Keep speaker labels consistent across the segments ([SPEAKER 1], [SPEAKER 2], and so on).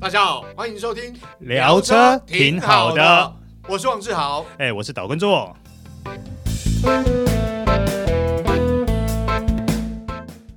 [SPEAKER 1] 大家好，欢迎收听
[SPEAKER 2] 聊车挺好的，，
[SPEAKER 1] 我是王志豪。
[SPEAKER 2] 哎、我是岛根座。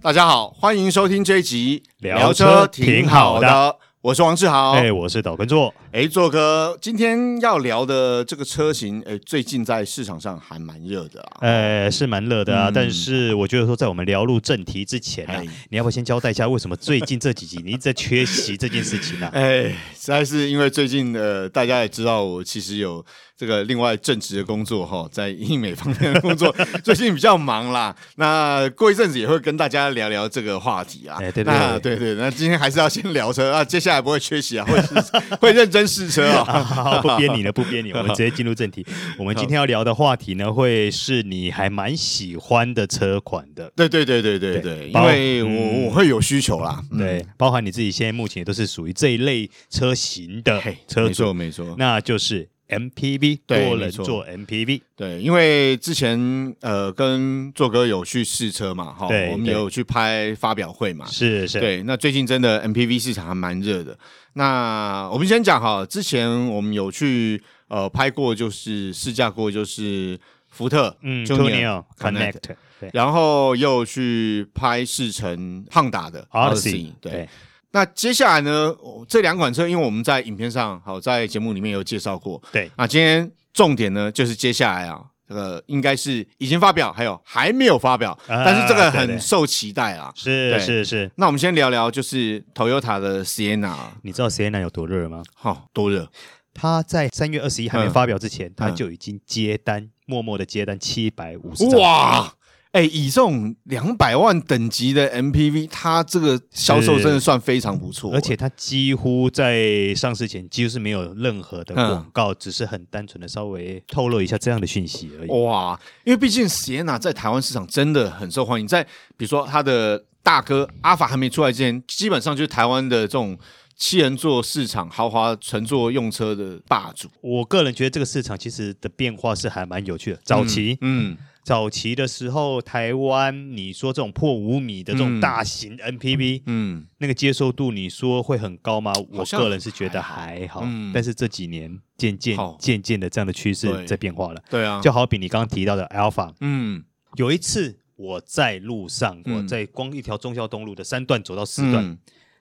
[SPEAKER 1] 大家好，欢迎收听这一集
[SPEAKER 2] 聊车挺好的，
[SPEAKER 1] 我是王志豪。
[SPEAKER 2] 哎、
[SPEAKER 1] 哎、
[SPEAKER 2] 我是岛根座。
[SPEAKER 1] 做哥，今天要聊的这个车型，哎，最近在市场上还蛮热的啊。
[SPEAKER 2] 呃，是蛮热的啊，
[SPEAKER 1] 嗯
[SPEAKER 2] 但是我觉得说，在我们聊入正题之前啊
[SPEAKER 1] 哎，
[SPEAKER 2] 你要不要先交代一下为什么最近这几集你一直在缺席这件事 情呢、啊？
[SPEAKER 1] 哎，实在是因为最近呃，大家也知道我其实有这个另外正职的工作哈，在英美方面的工作，最近比较忙啦。那过一阵子也会跟大家聊聊这个话题啊。
[SPEAKER 2] 哎对对
[SPEAKER 1] 那对对，那今天还是要先聊车啊，接下来不会缺席啊，会试会认真试车啊。
[SPEAKER 2] 好，不编你了，不编你，我们直接进入正题。我们今天要聊的话题呢，会是你还蛮喜欢的车款的，
[SPEAKER 1] 对对对对对对，因
[SPEAKER 2] 包
[SPEAKER 1] 为
[SPEAKER 2] 嗯
[SPEAKER 1] 我我会有需求啦。嗯，
[SPEAKER 2] 对，包含你自己现在目前也都是属于这一类车型的
[SPEAKER 1] 嘿
[SPEAKER 2] 呃车
[SPEAKER 1] 嗯没
[SPEAKER 2] 主，
[SPEAKER 1] 错没错。
[SPEAKER 2] 那就是 MPV
[SPEAKER 1] 对
[SPEAKER 2] 多
[SPEAKER 1] 没
[SPEAKER 2] 人
[SPEAKER 1] 错
[SPEAKER 2] 座 MPV。
[SPEAKER 1] 对，因为之前呃跟做哥有去试车嘛，哈，
[SPEAKER 2] 对
[SPEAKER 1] 我们也
[SPEAKER 2] 对
[SPEAKER 1] 有去拍发表会嘛，
[SPEAKER 2] 是是，
[SPEAKER 1] 对，那最近真的 MPV 市场还蛮热的。那我们先讲哈，之前我们有去呃拍过，就是试驾过，就是福特，
[SPEAKER 2] 嗯 t u n i
[SPEAKER 1] Junior
[SPEAKER 2] o Connect，对
[SPEAKER 1] 然后又去拍试乘汉达的
[SPEAKER 2] ，RC，
[SPEAKER 1] 对。，那接下来呢，哦这两款车，因为我们在影片上好在节目里面有介绍过，
[SPEAKER 2] 对
[SPEAKER 1] 啊，今天重点呢就是接下来啊。这个应该是已经发表，还有还没有发表，
[SPEAKER 2] 啊
[SPEAKER 1] 但是这个
[SPEAKER 2] 对对
[SPEAKER 1] 很受期待啊。
[SPEAKER 2] 是
[SPEAKER 1] 对
[SPEAKER 2] 是是。
[SPEAKER 1] 那我们先聊聊就是 Toyota 的 Sienna，
[SPEAKER 2] 你知道 Sienna 有多热吗？
[SPEAKER 1] 好、多热，
[SPEAKER 2] 他在三月二十一还没
[SPEAKER 1] 嗯
[SPEAKER 2] 发表之前，他
[SPEAKER 1] 嗯
[SPEAKER 2] 就已经接单，默默的接单七百五十张。
[SPEAKER 1] 哇！哎、以这种两百万等级的 MPV，它这个销售
[SPEAKER 2] 是
[SPEAKER 1] 真的算非常不错，
[SPEAKER 2] 而且他几乎在上市前几乎是没有任何的
[SPEAKER 1] 嗯
[SPEAKER 2] 广告，只是很单纯的稍微透露一下这样的讯息而已。
[SPEAKER 1] 哇，因为毕竟 Sienna 在台湾市场真的很受欢迎，在比如说它的大哥阿法还没出来之前，基本上就是台湾的这种七人座市场豪华乘坐用车的霸主。
[SPEAKER 2] 我个人觉得这个市场其实的变化是还蛮有趣的。早期，
[SPEAKER 1] 嗯，
[SPEAKER 2] 早期的时候，台湾你说这种破五米的这种
[SPEAKER 1] 嗯
[SPEAKER 2] 大型 MPV，
[SPEAKER 1] 嗯，
[SPEAKER 2] 那个接受度，你说会很高吗？我
[SPEAKER 1] 好像
[SPEAKER 2] 个人是觉得还好，
[SPEAKER 1] 嗯
[SPEAKER 2] 但是这几年渐渐
[SPEAKER 1] 好
[SPEAKER 2] 渐渐的这样的趋势
[SPEAKER 1] 对
[SPEAKER 2] 在变化了。
[SPEAKER 1] 对啊，
[SPEAKER 2] 就好比你刚刚提到的 Alpha，
[SPEAKER 1] 嗯
[SPEAKER 2] 有一次我在路上，
[SPEAKER 1] 嗯
[SPEAKER 2] 我在光一条忠孝东路的三段走到四段，
[SPEAKER 1] 嗯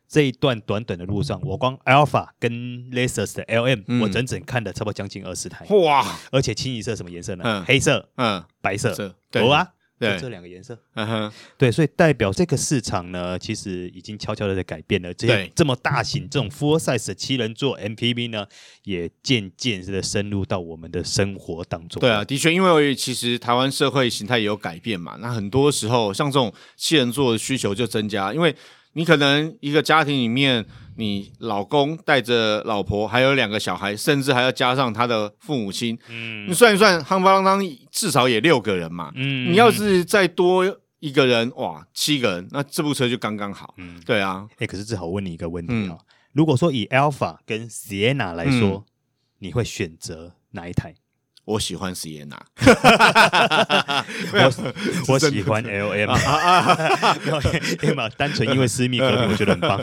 [SPEAKER 2] 这一段短短的路上，我光 Alpha 跟 Lexus 的 LM，、
[SPEAKER 1] 嗯
[SPEAKER 2] 我整整看了差不多将近二十台，
[SPEAKER 1] 哇，
[SPEAKER 2] 而且清一色什么颜色呢？
[SPEAKER 1] 嗯
[SPEAKER 2] 黑色、
[SPEAKER 1] 嗯，
[SPEAKER 2] 白色，
[SPEAKER 1] 这对
[SPEAKER 2] 有，啊，
[SPEAKER 1] 对
[SPEAKER 2] 就这两个颜色。
[SPEAKER 1] 嗯哼，
[SPEAKER 2] 对，所以代表这个市场呢，其实已经悄悄的在改变了。这些
[SPEAKER 1] 对
[SPEAKER 2] 这么大型这种 full size 的七人座 MPV 呢，也渐渐的深入到我们的生活当中。
[SPEAKER 1] 对啊，，的确，因为其实台湾社会形态也有改变嘛，那很多时候像这种七人座的需求就增加，因为你可能一个家庭里面，你老公带着老婆，还有两个小孩，甚至还要加上他的父母亲，
[SPEAKER 2] 嗯
[SPEAKER 1] 你算一算，夯不啷当至少也六个人嘛。
[SPEAKER 2] 嗯
[SPEAKER 1] 你要是再多一个人，哇，七个人，那这部车就刚刚好。
[SPEAKER 2] 嗯，
[SPEAKER 1] 对啊，
[SPEAKER 2] 哎，可是志豪问你一个问题
[SPEAKER 1] 嗯嗯
[SPEAKER 2] 啊、哦如果说以 Alpha 跟 Sienna 来说，你会选择哪一台？
[SPEAKER 1] 我喜欢 Sienna， 啊
[SPEAKER 2] 我我喜欢 LM，没有 因为嘛，单纯因为私密隔屏，我觉得很 棒。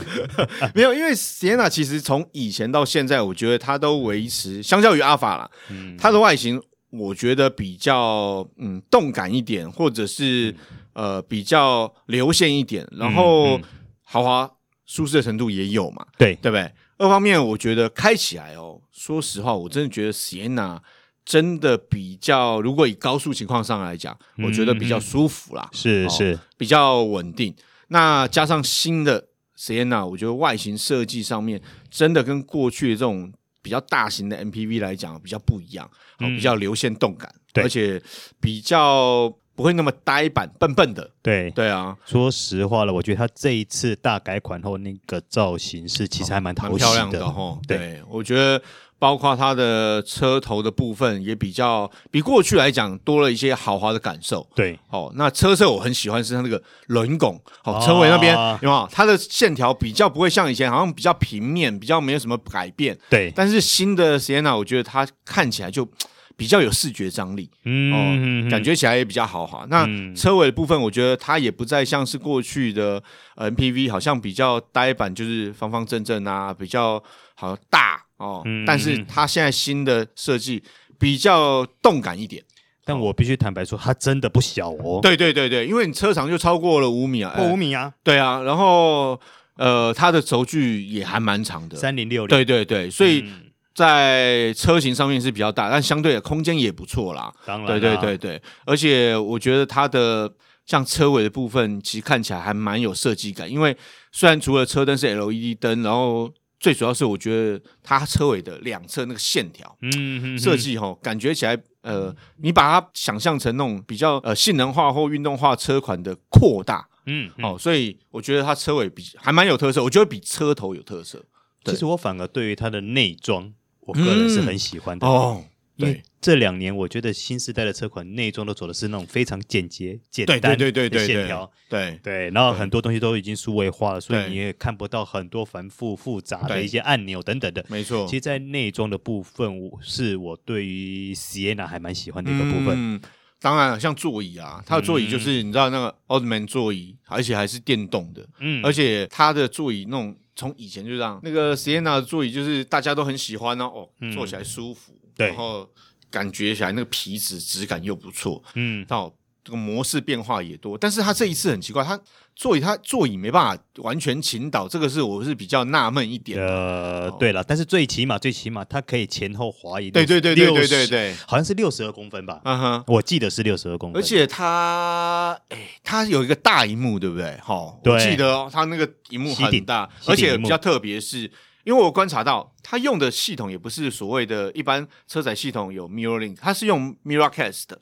[SPEAKER 1] 没有，因为 Sienna 其实从以前到现在，我觉得它都维持，相较于阿法啦，
[SPEAKER 2] 嗯
[SPEAKER 1] 它的外形我觉得比较嗯动感一点，或者是、呃比较流线一点，然后、
[SPEAKER 2] 嗯嗯嗯
[SPEAKER 1] 豪华舒适的程度也有嘛，
[SPEAKER 2] 对，
[SPEAKER 1] 对不对？二方面，我觉得开起来哦，说实话，我真的觉得 Sienna 真的比较，如果以高速情况上来讲，我觉得比
[SPEAKER 2] 嗯
[SPEAKER 1] 较舒服啦，
[SPEAKER 2] 是
[SPEAKER 1] 哦
[SPEAKER 2] 是，
[SPEAKER 1] 比较稳定。那加上新的 Sienna，我觉得外形设计上面真的跟过去的这种比较大型的 MPV 来讲比较不一样，哦
[SPEAKER 2] 嗯
[SPEAKER 1] 比较流线动感，
[SPEAKER 2] 对
[SPEAKER 1] 而且比较不会那么呆板笨笨的。
[SPEAKER 2] 对
[SPEAKER 1] 对啊，
[SPEAKER 2] 说实话了，我觉得它这一次大改款后那个造型是其实还蛮讨
[SPEAKER 1] 哦蛮
[SPEAKER 2] 喜
[SPEAKER 1] 漂亮
[SPEAKER 2] 的。
[SPEAKER 1] 的哈。
[SPEAKER 2] 对
[SPEAKER 1] 对，我觉得包括它的车头的部分也比较比过去来讲多了一些豪华的感受。
[SPEAKER 2] 对，
[SPEAKER 1] 哦，那车色我很喜欢是它那个轮拱，
[SPEAKER 2] 哦
[SPEAKER 1] 哦，车尾那边、有没有？它的线条比较不会像以前，好像比较平面，比较没有什么改变。
[SPEAKER 2] 对，
[SPEAKER 1] 但是新的 Sienna，我觉得它看起来就嘖比较有视觉张力，
[SPEAKER 2] 嗯，
[SPEAKER 1] 哦感觉起来也比较豪华。那
[SPEAKER 2] 嗯
[SPEAKER 1] 车尾的部分，我觉得它也不再像是过去的呃 MPV，好像比较呆板，就是方方正正啊，比较好大哦。
[SPEAKER 2] 嗯
[SPEAKER 1] 但是它现在新的设计比较动感一点。
[SPEAKER 2] 嗯但我必须坦白说，它真的不小哦，
[SPEAKER 1] 对对对对，因为你车长就超过了五米啊，
[SPEAKER 2] 破
[SPEAKER 1] 呃
[SPEAKER 2] 五米啊，
[SPEAKER 1] 对啊，然后呃，它的轴距也还蛮长的。
[SPEAKER 2] 三零六零，
[SPEAKER 1] 对对对，所以
[SPEAKER 2] 嗯
[SPEAKER 1] 在车型上面是比较大，但相对的空间也不错啦。
[SPEAKER 2] 当然，
[SPEAKER 1] 对对，对对，而且我觉得它的像车尾的部分，其实看起来还蛮有设计感，因为虽然除了车灯是 LED 灯，然后最主要是我觉得它车尾的两侧那个线条
[SPEAKER 2] 嗯，
[SPEAKER 1] 设计哈，感觉起来呃，你把它想象成那种比较呃性能化或运动化车款的扩大
[SPEAKER 2] 嗯，嗯，
[SPEAKER 1] 哦，所以我觉得它车尾比还蛮有特色，我觉得比车头有特色对
[SPEAKER 2] 其实我反而对于它的内装，我个人是很喜欢的。
[SPEAKER 1] 哦。
[SPEAKER 2] 因为
[SPEAKER 1] 对
[SPEAKER 2] 这两年我觉得新时代的车款内装都走的是那种非常简洁、简
[SPEAKER 1] 对
[SPEAKER 2] 单
[SPEAKER 1] 对对对
[SPEAKER 2] 的
[SPEAKER 1] 对
[SPEAKER 2] 线
[SPEAKER 1] 对
[SPEAKER 2] 条。
[SPEAKER 1] 对
[SPEAKER 2] 对，然后很多东西都已经数位化了，所以
[SPEAKER 1] 对
[SPEAKER 2] 你也看不到很多繁复复杂的
[SPEAKER 1] 对
[SPEAKER 2] 一些按钮等等的。
[SPEAKER 1] 没错，
[SPEAKER 2] 其实，在内装的部分，我是我对于 Sienna 还蛮喜欢的一个部分。嗯
[SPEAKER 1] 嗯，当然了，像座椅啊，它的座椅就是、你知道那个 Oldman 座椅，而且还是电动的，
[SPEAKER 2] 嗯，
[SPEAKER 1] 而且它的座椅那种从以前就这样，那个 Sienna 的座椅就是大家都很喜欢哦，哦
[SPEAKER 2] 嗯
[SPEAKER 1] 坐起来舒服，
[SPEAKER 2] 对
[SPEAKER 1] 然后感觉起来那个皮质质感又不错，
[SPEAKER 2] 嗯，
[SPEAKER 1] 到这个模式变化也多，但是它这一次很奇怪，它座椅它座椅没办法完全倾倒，这个是我是比较纳闷一点的，
[SPEAKER 2] 呃
[SPEAKER 1] 哦，
[SPEAKER 2] 对了，但是最起码最起码它可以前后滑移，
[SPEAKER 1] 对对对对对对
[SPEAKER 2] 60，
[SPEAKER 1] 对，
[SPEAKER 2] 好像是六十二公分吧，
[SPEAKER 1] 嗯哼。
[SPEAKER 2] 我记得是六十二公分。
[SPEAKER 1] 而且它，哎、它有一个大荧幕，对不对？哈、我
[SPEAKER 2] 对
[SPEAKER 1] 记得哦，它那个荧幕
[SPEAKER 2] 吸
[SPEAKER 1] 很
[SPEAKER 2] 顶
[SPEAKER 1] 大，
[SPEAKER 2] 吸顶
[SPEAKER 1] 而且
[SPEAKER 2] 荧幕
[SPEAKER 1] 比较特别是，因为我观察到它用的系统也不是所谓的一般车载系统有 Mirrorlink，它是用 Miracast 的。嗯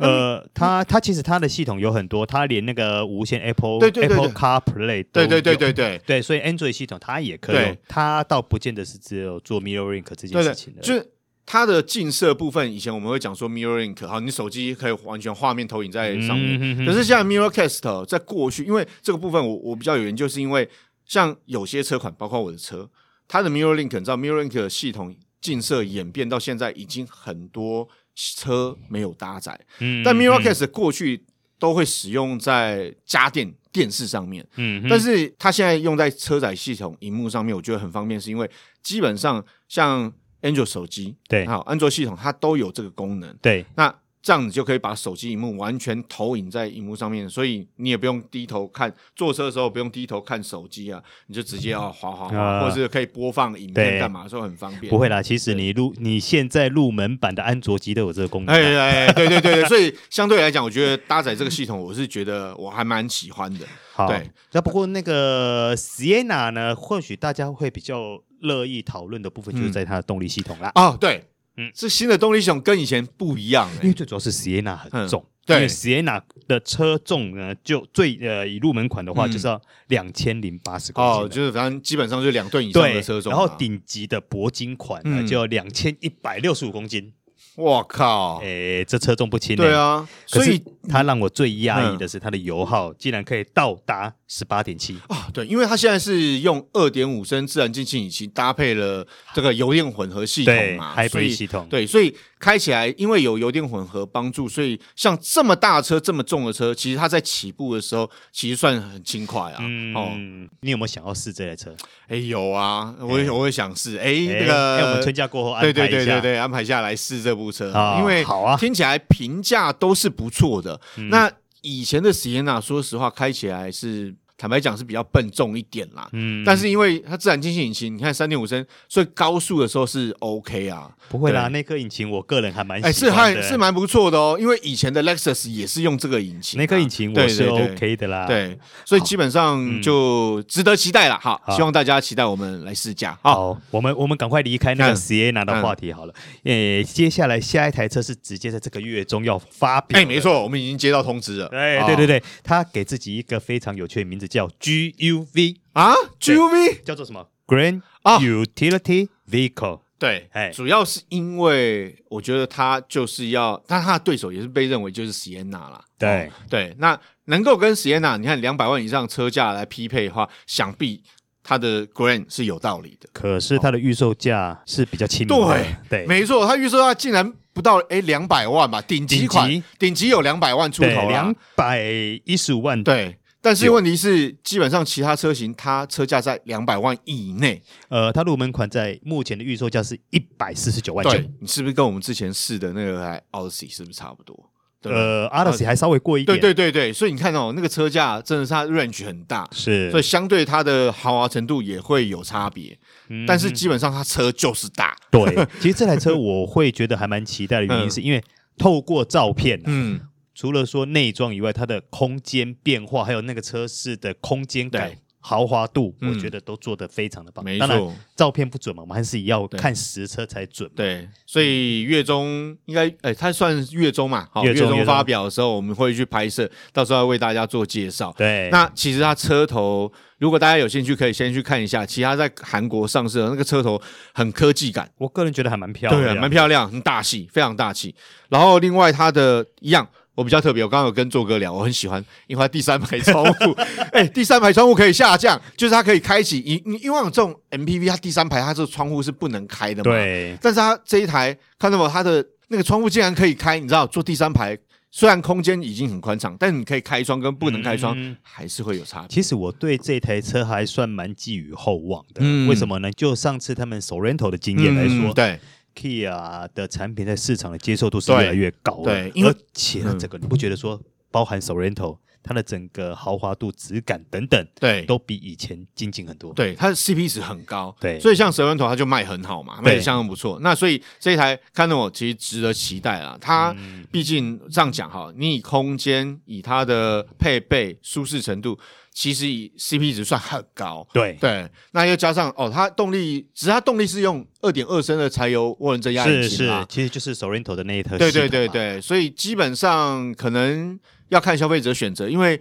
[SPEAKER 2] 呃，它它其实它的系统有很多，它连那个无线 Apple
[SPEAKER 1] 对对对
[SPEAKER 2] Apple CarPlay 都
[SPEAKER 1] 对对对
[SPEAKER 2] 有
[SPEAKER 1] 对对
[SPEAKER 2] 对，所以 Android 系统它也可以用
[SPEAKER 1] 对，
[SPEAKER 2] 它倒不见得是只有做 Mirroring 这件
[SPEAKER 1] 对
[SPEAKER 2] 事
[SPEAKER 1] 对
[SPEAKER 2] 情，的，
[SPEAKER 1] 就是。它的近摄部分，以前我们会讲说 Mirrorlink，好，你手机可以完全画面投影在上面。
[SPEAKER 2] 嗯哼哼
[SPEAKER 1] 可是像 Miracast 哦在过去，因为这个部分我我比较有研究，是因为像有些车款，包括我的车，它的 Mirrorlink，你知道 Mirrorlink 的系统近摄演变到现在已经很多车没有搭载，
[SPEAKER 2] 嗯
[SPEAKER 1] 但
[SPEAKER 2] 嗯
[SPEAKER 1] Miracast 过去都会使用在家电电视上面，
[SPEAKER 2] 嗯，
[SPEAKER 1] 但是它现在用在车载系统荧幕上面，我觉得很方便，是因为基本上像 Android 手机，
[SPEAKER 2] 对
[SPEAKER 1] 还有安卓系统，它都有这个功能。
[SPEAKER 2] 对，
[SPEAKER 1] 那这样你就可以把手机荧幕完全投影在荧幕上面，所以你也不用低头看，坐车的时候不用低头看手机啊，你就直接哦滑滑滑，
[SPEAKER 2] 啊
[SPEAKER 1] 或者是可以播放影片
[SPEAKER 2] 对
[SPEAKER 1] 干嘛，所以很方便。
[SPEAKER 2] 不会啦，其实你入你现在入门版的安卓机都有这个功能
[SPEAKER 1] 哎
[SPEAKER 2] 啊，
[SPEAKER 1] 哎，哎对对对对，所以相对来讲，我觉得搭载这个系统，我是觉得我还蛮喜欢的。
[SPEAKER 2] 好
[SPEAKER 1] 对，
[SPEAKER 2] 那不过那个 Sienna 呢，或许大家会比较乐意讨论的
[SPEAKER 1] 嗯
[SPEAKER 2] 部分就是在它的动力系统啦，
[SPEAKER 1] 哦，对，嗯
[SPEAKER 2] 嗯，
[SPEAKER 1] 这新的动力系统跟以前不一样、
[SPEAKER 2] 因
[SPEAKER 1] 欸
[SPEAKER 2] 为，最主要是 Sienna
[SPEAKER 1] 嗯
[SPEAKER 2] 很重，
[SPEAKER 1] 对
[SPEAKER 2] 因为 Sienna 的车重呢，就最呃以入门款的话
[SPEAKER 1] 嗯
[SPEAKER 2] 就是要两千零八十
[SPEAKER 1] 哦，
[SPEAKER 2] 公斤了。啊
[SPEAKER 1] 就是反正基本上就两吨以上
[SPEAKER 2] 对
[SPEAKER 1] 的车，啊重、
[SPEAKER 2] 然后，顶级的铂金款呢，
[SPEAKER 1] 嗯
[SPEAKER 2] 就要两千一百六十五公斤，
[SPEAKER 1] 我靠，
[SPEAKER 2] 诶，这车重不轻。
[SPEAKER 1] 对，啊，
[SPEAKER 2] 哎可
[SPEAKER 1] 所
[SPEAKER 2] 是
[SPEAKER 1] 以
[SPEAKER 2] 它让我最压抑的是它的油耗竟然可以到达十八点七，
[SPEAKER 1] 啊，对，因为它现在是用二点五升自然进气引擎搭配了这个油电混合系统
[SPEAKER 2] 对
[SPEAKER 1] 嘛，所
[SPEAKER 2] ，Hybrid
[SPEAKER 1] 以
[SPEAKER 2] 系统，
[SPEAKER 1] 对，所以开起来，因为有油电混合帮助，所以像这么大车、这么重的车，其实它在起步的时候，其实算很轻快啊。哦，
[SPEAKER 2] 嗯，你有没有想要试这台车？
[SPEAKER 1] 哎，有啊，我也、
[SPEAKER 2] 哎
[SPEAKER 1] 我也想试，哎，
[SPEAKER 2] 诶
[SPEAKER 1] 那个、
[SPEAKER 2] 哎我们春假过后安排
[SPEAKER 1] 对
[SPEAKER 2] 一下
[SPEAKER 1] 对对对对，安排下来试这部车，
[SPEAKER 2] 啊
[SPEAKER 1] 因为
[SPEAKER 2] 好啊嗯
[SPEAKER 1] 听起来评价都是不错的。那以前的 Sienna，说实话，开起来是坦白讲是比较笨重一点啦。
[SPEAKER 2] 嗯，
[SPEAKER 1] 但是因为它自然进气引擎，你看三点五升，所以高速的时候是 OK 啊，
[SPEAKER 2] 不会啦，
[SPEAKER 1] 对
[SPEAKER 2] 那颗引擎我个人还蛮
[SPEAKER 1] 哎，
[SPEAKER 2] 喜
[SPEAKER 1] 是
[SPEAKER 2] 欢
[SPEAKER 1] 还
[SPEAKER 2] 的，
[SPEAKER 1] 是蛮不错的哦。因为以前的 Lexus 也是用这个引擎啊，
[SPEAKER 2] 那颗引擎
[SPEAKER 1] 对
[SPEAKER 2] 我是
[SPEAKER 1] 对对
[SPEAKER 2] OK 的啦。
[SPEAKER 1] 对，所以基本上就值得期待了。好，
[SPEAKER 2] 嗯好
[SPEAKER 1] 希望大家期待我们来试驾。好，
[SPEAKER 2] 好，我们我们赶快离开那个
[SPEAKER 1] 嗯
[SPEAKER 2] Sienna 的话题好了。诶，接下来下一台车是直接在这个月中要发表。
[SPEAKER 1] 哎，没。错，我们已经接到通知了。
[SPEAKER 2] 对
[SPEAKER 1] 啊
[SPEAKER 2] 哎对对对，他给自己一个非常有趣的名字，叫 GUV，
[SPEAKER 1] 啊，GUV
[SPEAKER 2] 叫做什么？Grand
[SPEAKER 1] 啊
[SPEAKER 2] Utility Vehicle。
[SPEAKER 1] 对，
[SPEAKER 2] 哎
[SPEAKER 1] 主要是因为我觉得他就是要，但他的对手也是被认为就是 Sienna 啦。哦
[SPEAKER 2] 对，
[SPEAKER 1] 对，那能够跟 Sienna 你看两百万以上车价来匹配的话，想必它的 Grand 是有道理的。
[SPEAKER 2] 可是它的预售价是比较亲民的。对，
[SPEAKER 1] 没错，他预售价竟然不不到哎两百万吧，顶级款
[SPEAKER 2] 顶级，
[SPEAKER 1] 顶级有两百万出
[SPEAKER 2] 对
[SPEAKER 1] 头，啦
[SPEAKER 2] 两。百一十五万，
[SPEAKER 1] 对，但是
[SPEAKER 2] 有
[SPEAKER 1] 问题是，基本上其他车型它车价在两百万以内。
[SPEAKER 2] 呃，它入门款在目前的预售价是一百四十九万九
[SPEAKER 1] 对，，你是不是跟我们之前试的那个还 Odyssey 是不是差不多？对吧
[SPEAKER 2] 呃，Odyssey 还稍微贵一
[SPEAKER 1] 对
[SPEAKER 2] 点，
[SPEAKER 1] 对对对，所以你看哦，那个车价真的是它 range 很大，
[SPEAKER 2] 是，
[SPEAKER 1] 所以相对它的豪华程度也会有差别。
[SPEAKER 2] 嗯
[SPEAKER 1] 但是基本上它车就是大，
[SPEAKER 2] 对，其实这台车我会觉得还蛮期待的原因，
[SPEAKER 1] 嗯
[SPEAKER 2] 是因为透过照片、啊，
[SPEAKER 1] 嗯，
[SPEAKER 2] 除了说内装以外，它的空间变化，还有那个车室的空间感
[SPEAKER 1] 对、
[SPEAKER 2] 豪华度，
[SPEAKER 1] 嗯
[SPEAKER 2] 我觉得都做得非常的棒。
[SPEAKER 1] 没
[SPEAKER 2] 当然，
[SPEAKER 1] 错，
[SPEAKER 2] 照片不准嘛，我们还是要
[SPEAKER 1] 对
[SPEAKER 2] 看实车才准。
[SPEAKER 1] 对，所以月中应该，哎，它算月中嘛，好，
[SPEAKER 2] 月
[SPEAKER 1] 月
[SPEAKER 2] 中月
[SPEAKER 1] 中
[SPEAKER 2] 中
[SPEAKER 1] 发表的时候我们会去拍摄，到时候要为大家做介绍。
[SPEAKER 2] 对，
[SPEAKER 1] 那其实它车头，如果大家有兴趣，可以先去看一下。其他在韩国上市的那个车头很科技感，
[SPEAKER 2] 我个人觉得还蛮漂亮，
[SPEAKER 1] 对，啊蛮漂亮，很大气，非常大气。然后另外它的一样，我比较特别，我刚刚有跟做哥聊，我很喜欢，因为它第三排窗 户，哎、第三排窗户可以下降，就是它可以开启。你你因为我们这种 MPV，它第三排它这个窗户是不能开的嘛，。
[SPEAKER 2] 对，
[SPEAKER 1] 但是它这一台看到没有，它的那个窗户竟然可以开，你知道，坐第三排虽然空间已经很宽敞，但你可以开窗跟不能开窗、
[SPEAKER 2] 嗯
[SPEAKER 1] 还是会有差别。
[SPEAKER 2] 其实我对这台车还算蛮寄予厚望的，
[SPEAKER 1] 嗯
[SPEAKER 2] 为什么呢？就上次他们 Sorento 的经验来说，
[SPEAKER 1] 嗯对
[SPEAKER 2] Kia 的产品在市场的接受度是
[SPEAKER 1] 对
[SPEAKER 2] 越来越高的，
[SPEAKER 1] 对因为嗯
[SPEAKER 2] 而且它整个、你不觉得说，包含 Sorento 它的整个豪华度、质感等等，
[SPEAKER 1] 对
[SPEAKER 2] 都比以前精进很多。
[SPEAKER 1] 对，它的 CP 值很高，
[SPEAKER 2] 对
[SPEAKER 1] 所以像蛇丸头它就卖很好嘛，
[SPEAKER 2] 对
[SPEAKER 1] 卖的相当不错。那所以这一台看到我其实值得期待啦。它
[SPEAKER 2] 嗯
[SPEAKER 1] 毕竟这样讲哈，你以空间、以它的配备、舒适程度，其实以 CP 值算很高。
[SPEAKER 2] 对
[SPEAKER 1] 对，那又加上哦，它动力，只是它动力是用二点二升的柴油涡轮增压引
[SPEAKER 2] 是
[SPEAKER 1] 擎
[SPEAKER 2] 是
[SPEAKER 1] 啦，，
[SPEAKER 2] 其实就是 Sorento 的那啊一台。
[SPEAKER 1] 对对对，对，所以基本上可能要看消费者选择，因为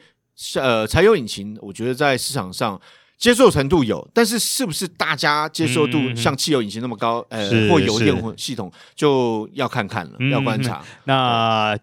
[SPEAKER 1] 呃，柴油引擎我觉得在市场上接受程度有，但是是不是大家接受
[SPEAKER 2] 嗯嗯
[SPEAKER 1] 度
[SPEAKER 2] 嗯
[SPEAKER 1] 像汽油引擎那么高，
[SPEAKER 2] 是
[SPEAKER 1] 呃，或油
[SPEAKER 2] 是
[SPEAKER 1] 电混系统就要看看了，
[SPEAKER 2] 嗯
[SPEAKER 1] 要观察。
[SPEAKER 2] 那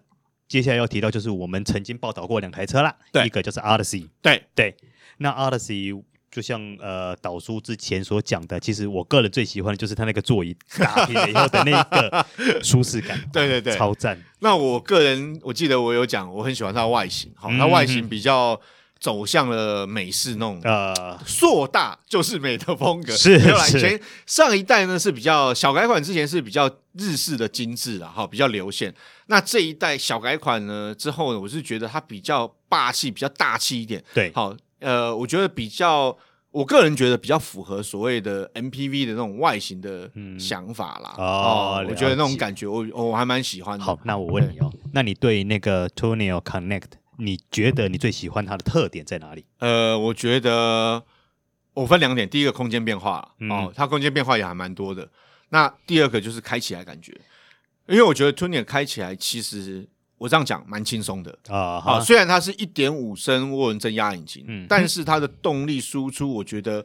[SPEAKER 2] 接下来要提到就是我们曾经报道过两台车啦，
[SPEAKER 1] 对
[SPEAKER 2] 一个就是 Odyssey，
[SPEAKER 1] 对
[SPEAKER 2] 对，那 Odyssey。就像呃导叔之前所讲的，其实我个人最喜欢的就是它那个座椅打平了以后的那一个舒适感，
[SPEAKER 1] 对对对
[SPEAKER 2] 超赞。
[SPEAKER 1] 那我个人我记得我有讲，我很喜欢它的外形，好，它
[SPEAKER 2] 嗯
[SPEAKER 1] 外
[SPEAKER 2] 嗯
[SPEAKER 1] 形比较走向了美式那种
[SPEAKER 2] 呃，
[SPEAKER 1] 硕大就是美的风格，
[SPEAKER 2] 是
[SPEAKER 1] 没有啦。
[SPEAKER 2] 是
[SPEAKER 1] 以前上一代呢是比较小改款，之前是比较日式的精致啦，哈，比较流线。那这一代小改款呢之后呢，我是觉得它比较霸气，比较大气一点。
[SPEAKER 2] 对，
[SPEAKER 1] 好，呃，我觉得比较，我个人觉得比较符合所谓的 MPV 的那种外形的想法啦。
[SPEAKER 2] 哦了
[SPEAKER 1] 我觉得那种
[SPEAKER 2] 解
[SPEAKER 1] 感觉，我我还蛮喜欢的。
[SPEAKER 2] 好，那我问 你哦，那你对那个 t o n i o Connect，你觉得你最喜欢它的特点在哪里？
[SPEAKER 1] 呃，我觉得我分两点，第一个空间变化、
[SPEAKER 2] 嗯
[SPEAKER 1] 哦，它空间变化也还蛮多的。那第二个就是开起来感觉，因为我觉得 t u n i 开起来其实我这样讲蛮轻松的。
[SPEAKER 2] 啊
[SPEAKER 1] 啊、
[SPEAKER 2] 哈，
[SPEAKER 1] 虽然它是一点五升涡轮增压引擎，
[SPEAKER 2] 嗯
[SPEAKER 1] 但是它的动力输出我觉得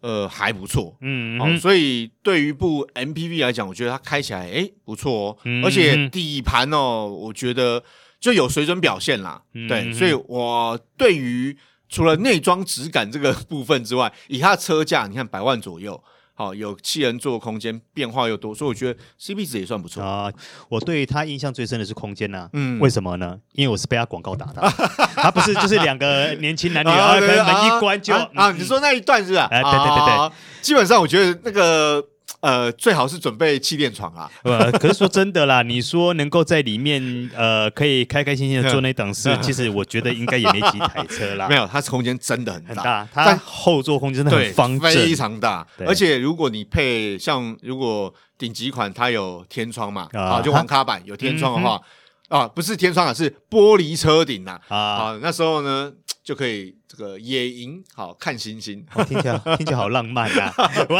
[SPEAKER 1] 呃还不错。
[SPEAKER 2] 嗯
[SPEAKER 1] 哦，所以对于一部 MPV 来讲，我觉得它开起来诶不错哦，
[SPEAKER 2] 嗯
[SPEAKER 1] 而且底盘哦，我觉得就有水准表现啦。
[SPEAKER 2] 嗯
[SPEAKER 1] 对，所以我对于除了内装质感这个部分之外，以它的车价，你看百万左右，好、有七人座空间，变化又多，所以我觉得 CP 值也算不错。
[SPEAKER 2] 啊，我对它印象最深的是空间呐。
[SPEAKER 1] 嗯
[SPEAKER 2] 为什么呢？因为我是被它广告打 到，它不是就是两个年轻男 女，
[SPEAKER 1] 啊
[SPEAKER 2] 啊，可
[SPEAKER 1] 对
[SPEAKER 2] 能
[SPEAKER 1] 啊
[SPEAKER 2] 门一关就
[SPEAKER 1] 啊
[SPEAKER 2] 嗯
[SPEAKER 1] 啊
[SPEAKER 2] 嗯
[SPEAKER 1] 你说那一段是吧？
[SPEAKER 2] 哎对对对对
[SPEAKER 1] 啊，基本上我觉得那个呃，最好是准备气垫床啊啦。
[SPEAKER 2] 呃，可是说真的啦，你说能够在里面呃，可以开开心心的做那档 事，其实我觉得应该也没几台车啦
[SPEAKER 1] 没，有，它空间真的很
[SPEAKER 2] 啊很
[SPEAKER 1] 大
[SPEAKER 2] 大，它
[SPEAKER 1] 但
[SPEAKER 2] 后座空间真的
[SPEAKER 1] 对，
[SPEAKER 2] 很方
[SPEAKER 1] 非
[SPEAKER 2] 正，
[SPEAKER 1] 常大。
[SPEAKER 2] 对
[SPEAKER 1] 而且如果你配像如果顶级款它有天窗嘛，
[SPEAKER 2] 啊嗯
[SPEAKER 1] 啊，就黄卡版有天窗的话，啊，不是天窗啊，是玻璃车顶呐。
[SPEAKER 2] 啊，
[SPEAKER 1] 啊，那时候呢就可以这个野营，好看星星。
[SPEAKER 2] 哦、听起来听起来好浪漫啊！ 我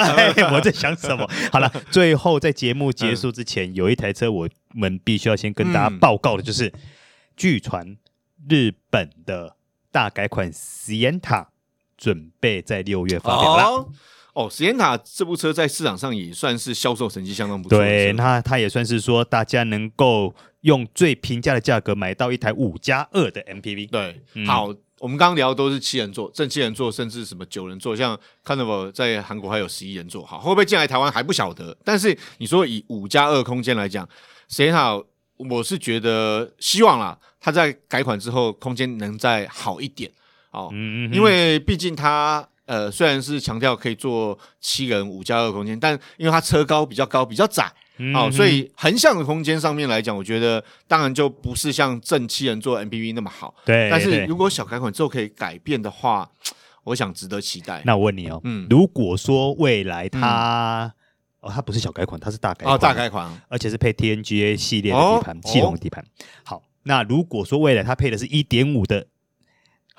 [SPEAKER 2] 我在想什么？啊好了，最后在节目结束之前，有一台车我们必须要先跟大家
[SPEAKER 1] 嗯
[SPEAKER 2] 报告的，就是、据传日本的大改款 Sienta 准备在六月发表了。
[SPEAKER 1] 哦哦，实验塔这部车在市场上也算是销售成绩相当不错的车。
[SPEAKER 2] 对，那它也算是说大家能够用最平价的价格买到一台五加二的 MPV。
[SPEAKER 1] 对，
[SPEAKER 2] 嗯
[SPEAKER 1] 好，我们刚刚聊的都是七人座、正七人座，甚至什么九人座，像 Carnival 在韩国还有十一人座，好，会不会进来台湾还不晓得？但是你说以五加二空间来讲，谁好，我是觉得希望啦，它在改款之后空间能再好一点哦，
[SPEAKER 2] 嗯，嗯嗯
[SPEAKER 1] 因为毕竟它呃虽然是强调可以坐七人五加二空间，但因为它车高比较高比较窄。
[SPEAKER 2] 嗯
[SPEAKER 1] 哦，
[SPEAKER 2] 嗯
[SPEAKER 1] 所以横向的空间上面来讲，我觉得当然就不是像正七人座 MPV 那么好。
[SPEAKER 2] 对，
[SPEAKER 1] 但是
[SPEAKER 2] 对
[SPEAKER 1] 如果小改款之后可以改变的话，我想值得期待。
[SPEAKER 2] 那我问你哦，
[SPEAKER 1] 嗯
[SPEAKER 2] 如果说未来它哦，它不是小改款，它是大改
[SPEAKER 1] 哦，
[SPEAKER 2] 款，
[SPEAKER 1] 大改款
[SPEAKER 2] 而且是配 TNGA 系列的底盘，
[SPEAKER 1] 哦
[SPEAKER 2] 系统的底盘。好，那如果说未来它配的是一点五的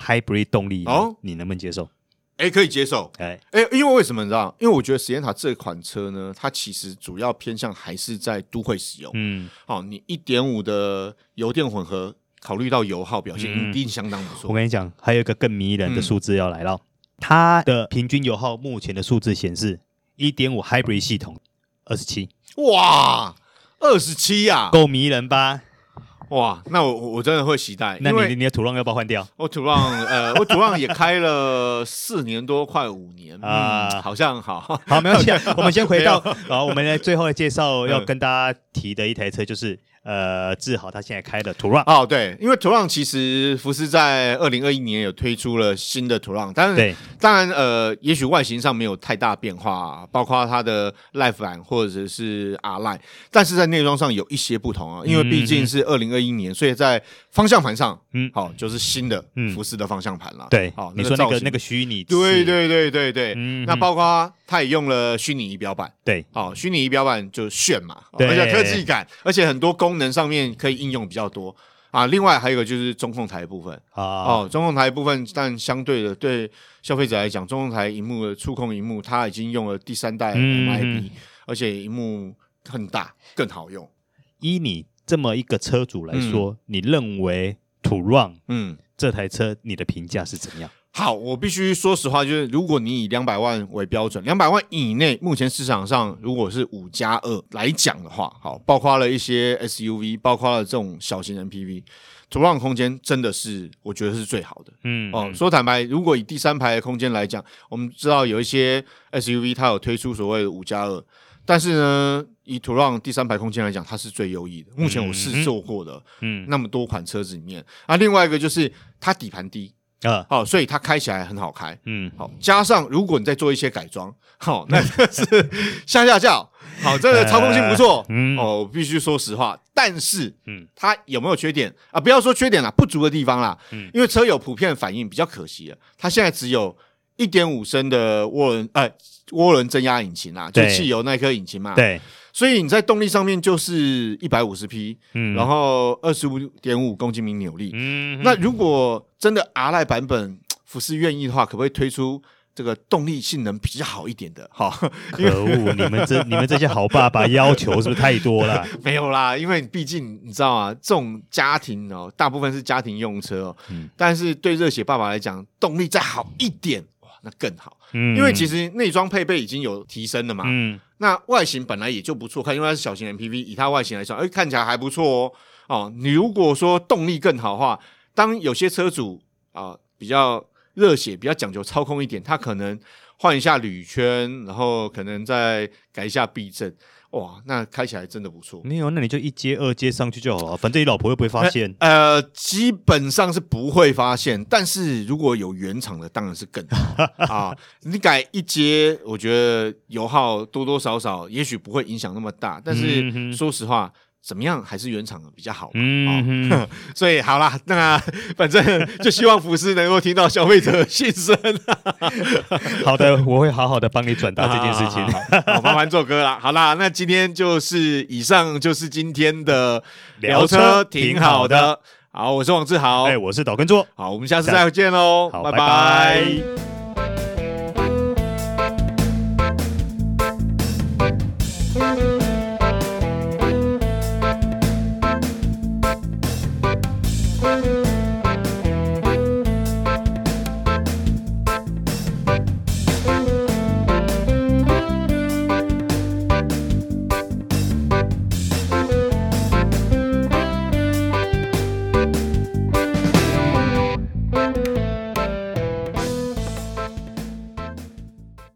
[SPEAKER 2] Hybrid 动力，
[SPEAKER 1] 哦
[SPEAKER 2] 你能不能接受？
[SPEAKER 1] 哎、可以接受。
[SPEAKER 2] 哎，
[SPEAKER 1] 哎、因为为什么你知道？因为我觉得实验塔这款车呢，它其实主要偏向还是在都会使用。
[SPEAKER 2] 嗯，
[SPEAKER 1] 哦，你一点五的油电混合，考虑到油耗表现，
[SPEAKER 2] 嗯
[SPEAKER 1] 一定相当不
[SPEAKER 2] 我
[SPEAKER 1] 错。
[SPEAKER 2] 跟你讲，还有一个更迷人的数字要来了，它的平均油耗目前的数字显示，一点五 Hybrid 系统二十七，
[SPEAKER 1] 哇，二十七呀！
[SPEAKER 2] 够迷人吧？
[SPEAKER 1] 哇，那我我我真的会期待。
[SPEAKER 2] 那
[SPEAKER 1] 因为
[SPEAKER 2] 你你的土壤要不要换掉？
[SPEAKER 1] 我土浪，呃，我土浪也开了四年多，快五年啊、
[SPEAKER 2] 啊
[SPEAKER 1] 好像好。，
[SPEAKER 2] 好，没关系啊。我们先回到 好，我们来最后的介绍要
[SPEAKER 1] 嗯
[SPEAKER 2] 跟大家提的一台车就是，呃，志豪他现在开的途让，
[SPEAKER 1] 哦，对，因为土浪其实福斯在二零二一年有推出了新的土浪，但是
[SPEAKER 2] 对，
[SPEAKER 1] 当然呃，也许外形上没有太大变化，啊包括它的 Life 版或者是 R Line，但是在内装上有一些不同啊，因为毕竟是二零二一年，所以在方向盘上，
[SPEAKER 2] 嗯
[SPEAKER 1] 嗯，好、就是新的
[SPEAKER 2] 嗯
[SPEAKER 1] 福斯的方向盘了。
[SPEAKER 2] 对
[SPEAKER 1] 好、，
[SPEAKER 2] 你说那
[SPEAKER 1] 造
[SPEAKER 2] 个
[SPEAKER 1] 型
[SPEAKER 2] 那个虚拟，
[SPEAKER 1] 对，对对对对，
[SPEAKER 2] 嗯
[SPEAKER 1] 那
[SPEAKER 2] 哼
[SPEAKER 1] 包括它也用了虚拟仪表板。
[SPEAKER 2] 对，
[SPEAKER 1] 哦，虚拟仪表板就炫嘛，哦
[SPEAKER 2] 对
[SPEAKER 1] 而且科技感，而且很多功能上面可以应用比较多啊。另外还有一个就是中控台的部分
[SPEAKER 2] 啊，
[SPEAKER 1] 哦，中控台的部分，但相对的对消费者来讲，中控台荧幕的触控荧幕，它已经用了第三代
[SPEAKER 2] 嗯
[SPEAKER 1] MIB，、而且荧幕更大，更好用。
[SPEAKER 2] 依你这么一个车主来说，你认为途让
[SPEAKER 1] 嗯，
[SPEAKER 2] 这台车你的评价是怎样？
[SPEAKER 1] 好，我必须说实话，就是如果你以两百万为标准，两百万以内，目前市场上如果是五加二来讲的话，好，包括了一些 SUV，包括了这种小型 MPV，土壤空间真的是我觉得是最好的。
[SPEAKER 2] 嗯
[SPEAKER 1] 哦，说坦白，如果以第三排的空间来讲，我们知道有一些 SUV 它有推出所谓的五加二，但是呢，以土壤第三排空间来讲，它是最优异的。目前我
[SPEAKER 2] 嗯
[SPEAKER 1] 试坐过的、
[SPEAKER 2] 嗯
[SPEAKER 1] 那么多款车子里面，啊，另外一个就是它底盘低，
[SPEAKER 2] 啊
[SPEAKER 1] 哦，所以它开起来很好开。
[SPEAKER 2] 嗯，
[SPEAKER 1] 好，加上如果你再做一些改装，好，那个 是下下轿，好，这个操控性不错。
[SPEAKER 2] 呃嗯
[SPEAKER 1] 哦，我必须说实话，但是，
[SPEAKER 2] 嗯
[SPEAKER 1] 嗯，它有没有缺点啊？不要说缺点啦，不足的地方啦，
[SPEAKER 2] 嗯
[SPEAKER 1] 嗯，因为车友普遍反应比较可惜了，它现在只有一点五升的涡轮，呃，涡轮增压引擎啦，就
[SPEAKER 2] 对
[SPEAKER 1] 是汽油那一颗引擎嘛，，
[SPEAKER 2] 对，
[SPEAKER 1] 所以你在动力上面就是一百五十匹，
[SPEAKER 2] 嗯
[SPEAKER 1] 然后二十五点五公斤米扭力，
[SPEAKER 2] 嗯
[SPEAKER 1] 那如果真的 R 赖版本呃福斯愿意的话，可不可以推出这个动力性能比较好一点的？ 哈，
[SPEAKER 2] 可恶，你 们这你们这些好爸爸要求是不是太多了？
[SPEAKER 1] 没有啦，因为毕竟你知道啊，这种家庭哦，大部分是家庭用车哦，
[SPEAKER 2] 嗯
[SPEAKER 1] 但是对热血爸爸来讲，动力再好一点，哇，那更好，
[SPEAKER 2] 嗯，
[SPEAKER 1] 因为其实内装配备已经有提升了嘛，
[SPEAKER 2] 嗯
[SPEAKER 1] 那外形本来也就不错看，因为它是小型 MPV，以它外形来说，哎、看起来还不错哦。哦，你如果说动力更好的话，当有些车主啊、比较热血、比较讲究操控一点，他可能换一下铝圈，然后可能再改一下避震，哇，那开起来真的不错。
[SPEAKER 2] 没有，那你就一阶二阶上去就好了，反正你老婆又不会发现。
[SPEAKER 1] 呃，基本上是不会发现，但是如果有原厂的，当然是更 好啊。你改一阶，我觉得油耗多多少少也许不会影响那么大，但
[SPEAKER 2] 嗯
[SPEAKER 1] 是
[SPEAKER 2] 哼
[SPEAKER 1] 说实话，怎么样还是原厂的比较好。
[SPEAKER 2] 嗯哼，
[SPEAKER 1] 所以好啦，那反正就希望福斯能够听到消费者的心声
[SPEAKER 2] 好的，我会好好的帮你转啊达这件 事
[SPEAKER 1] 好
[SPEAKER 2] 情。
[SPEAKER 1] 好好好麻烦做哥啦。好啦，那今天就是以上就是今天的
[SPEAKER 2] 聊车挺
[SPEAKER 1] 挺
[SPEAKER 2] 好
[SPEAKER 1] 好
[SPEAKER 2] 的
[SPEAKER 1] 的。好，我是王志豪。
[SPEAKER 2] 哎哎，我是岛根座，
[SPEAKER 1] 好，我们下次再见喽，
[SPEAKER 2] 好，
[SPEAKER 1] 拜
[SPEAKER 2] 拜拜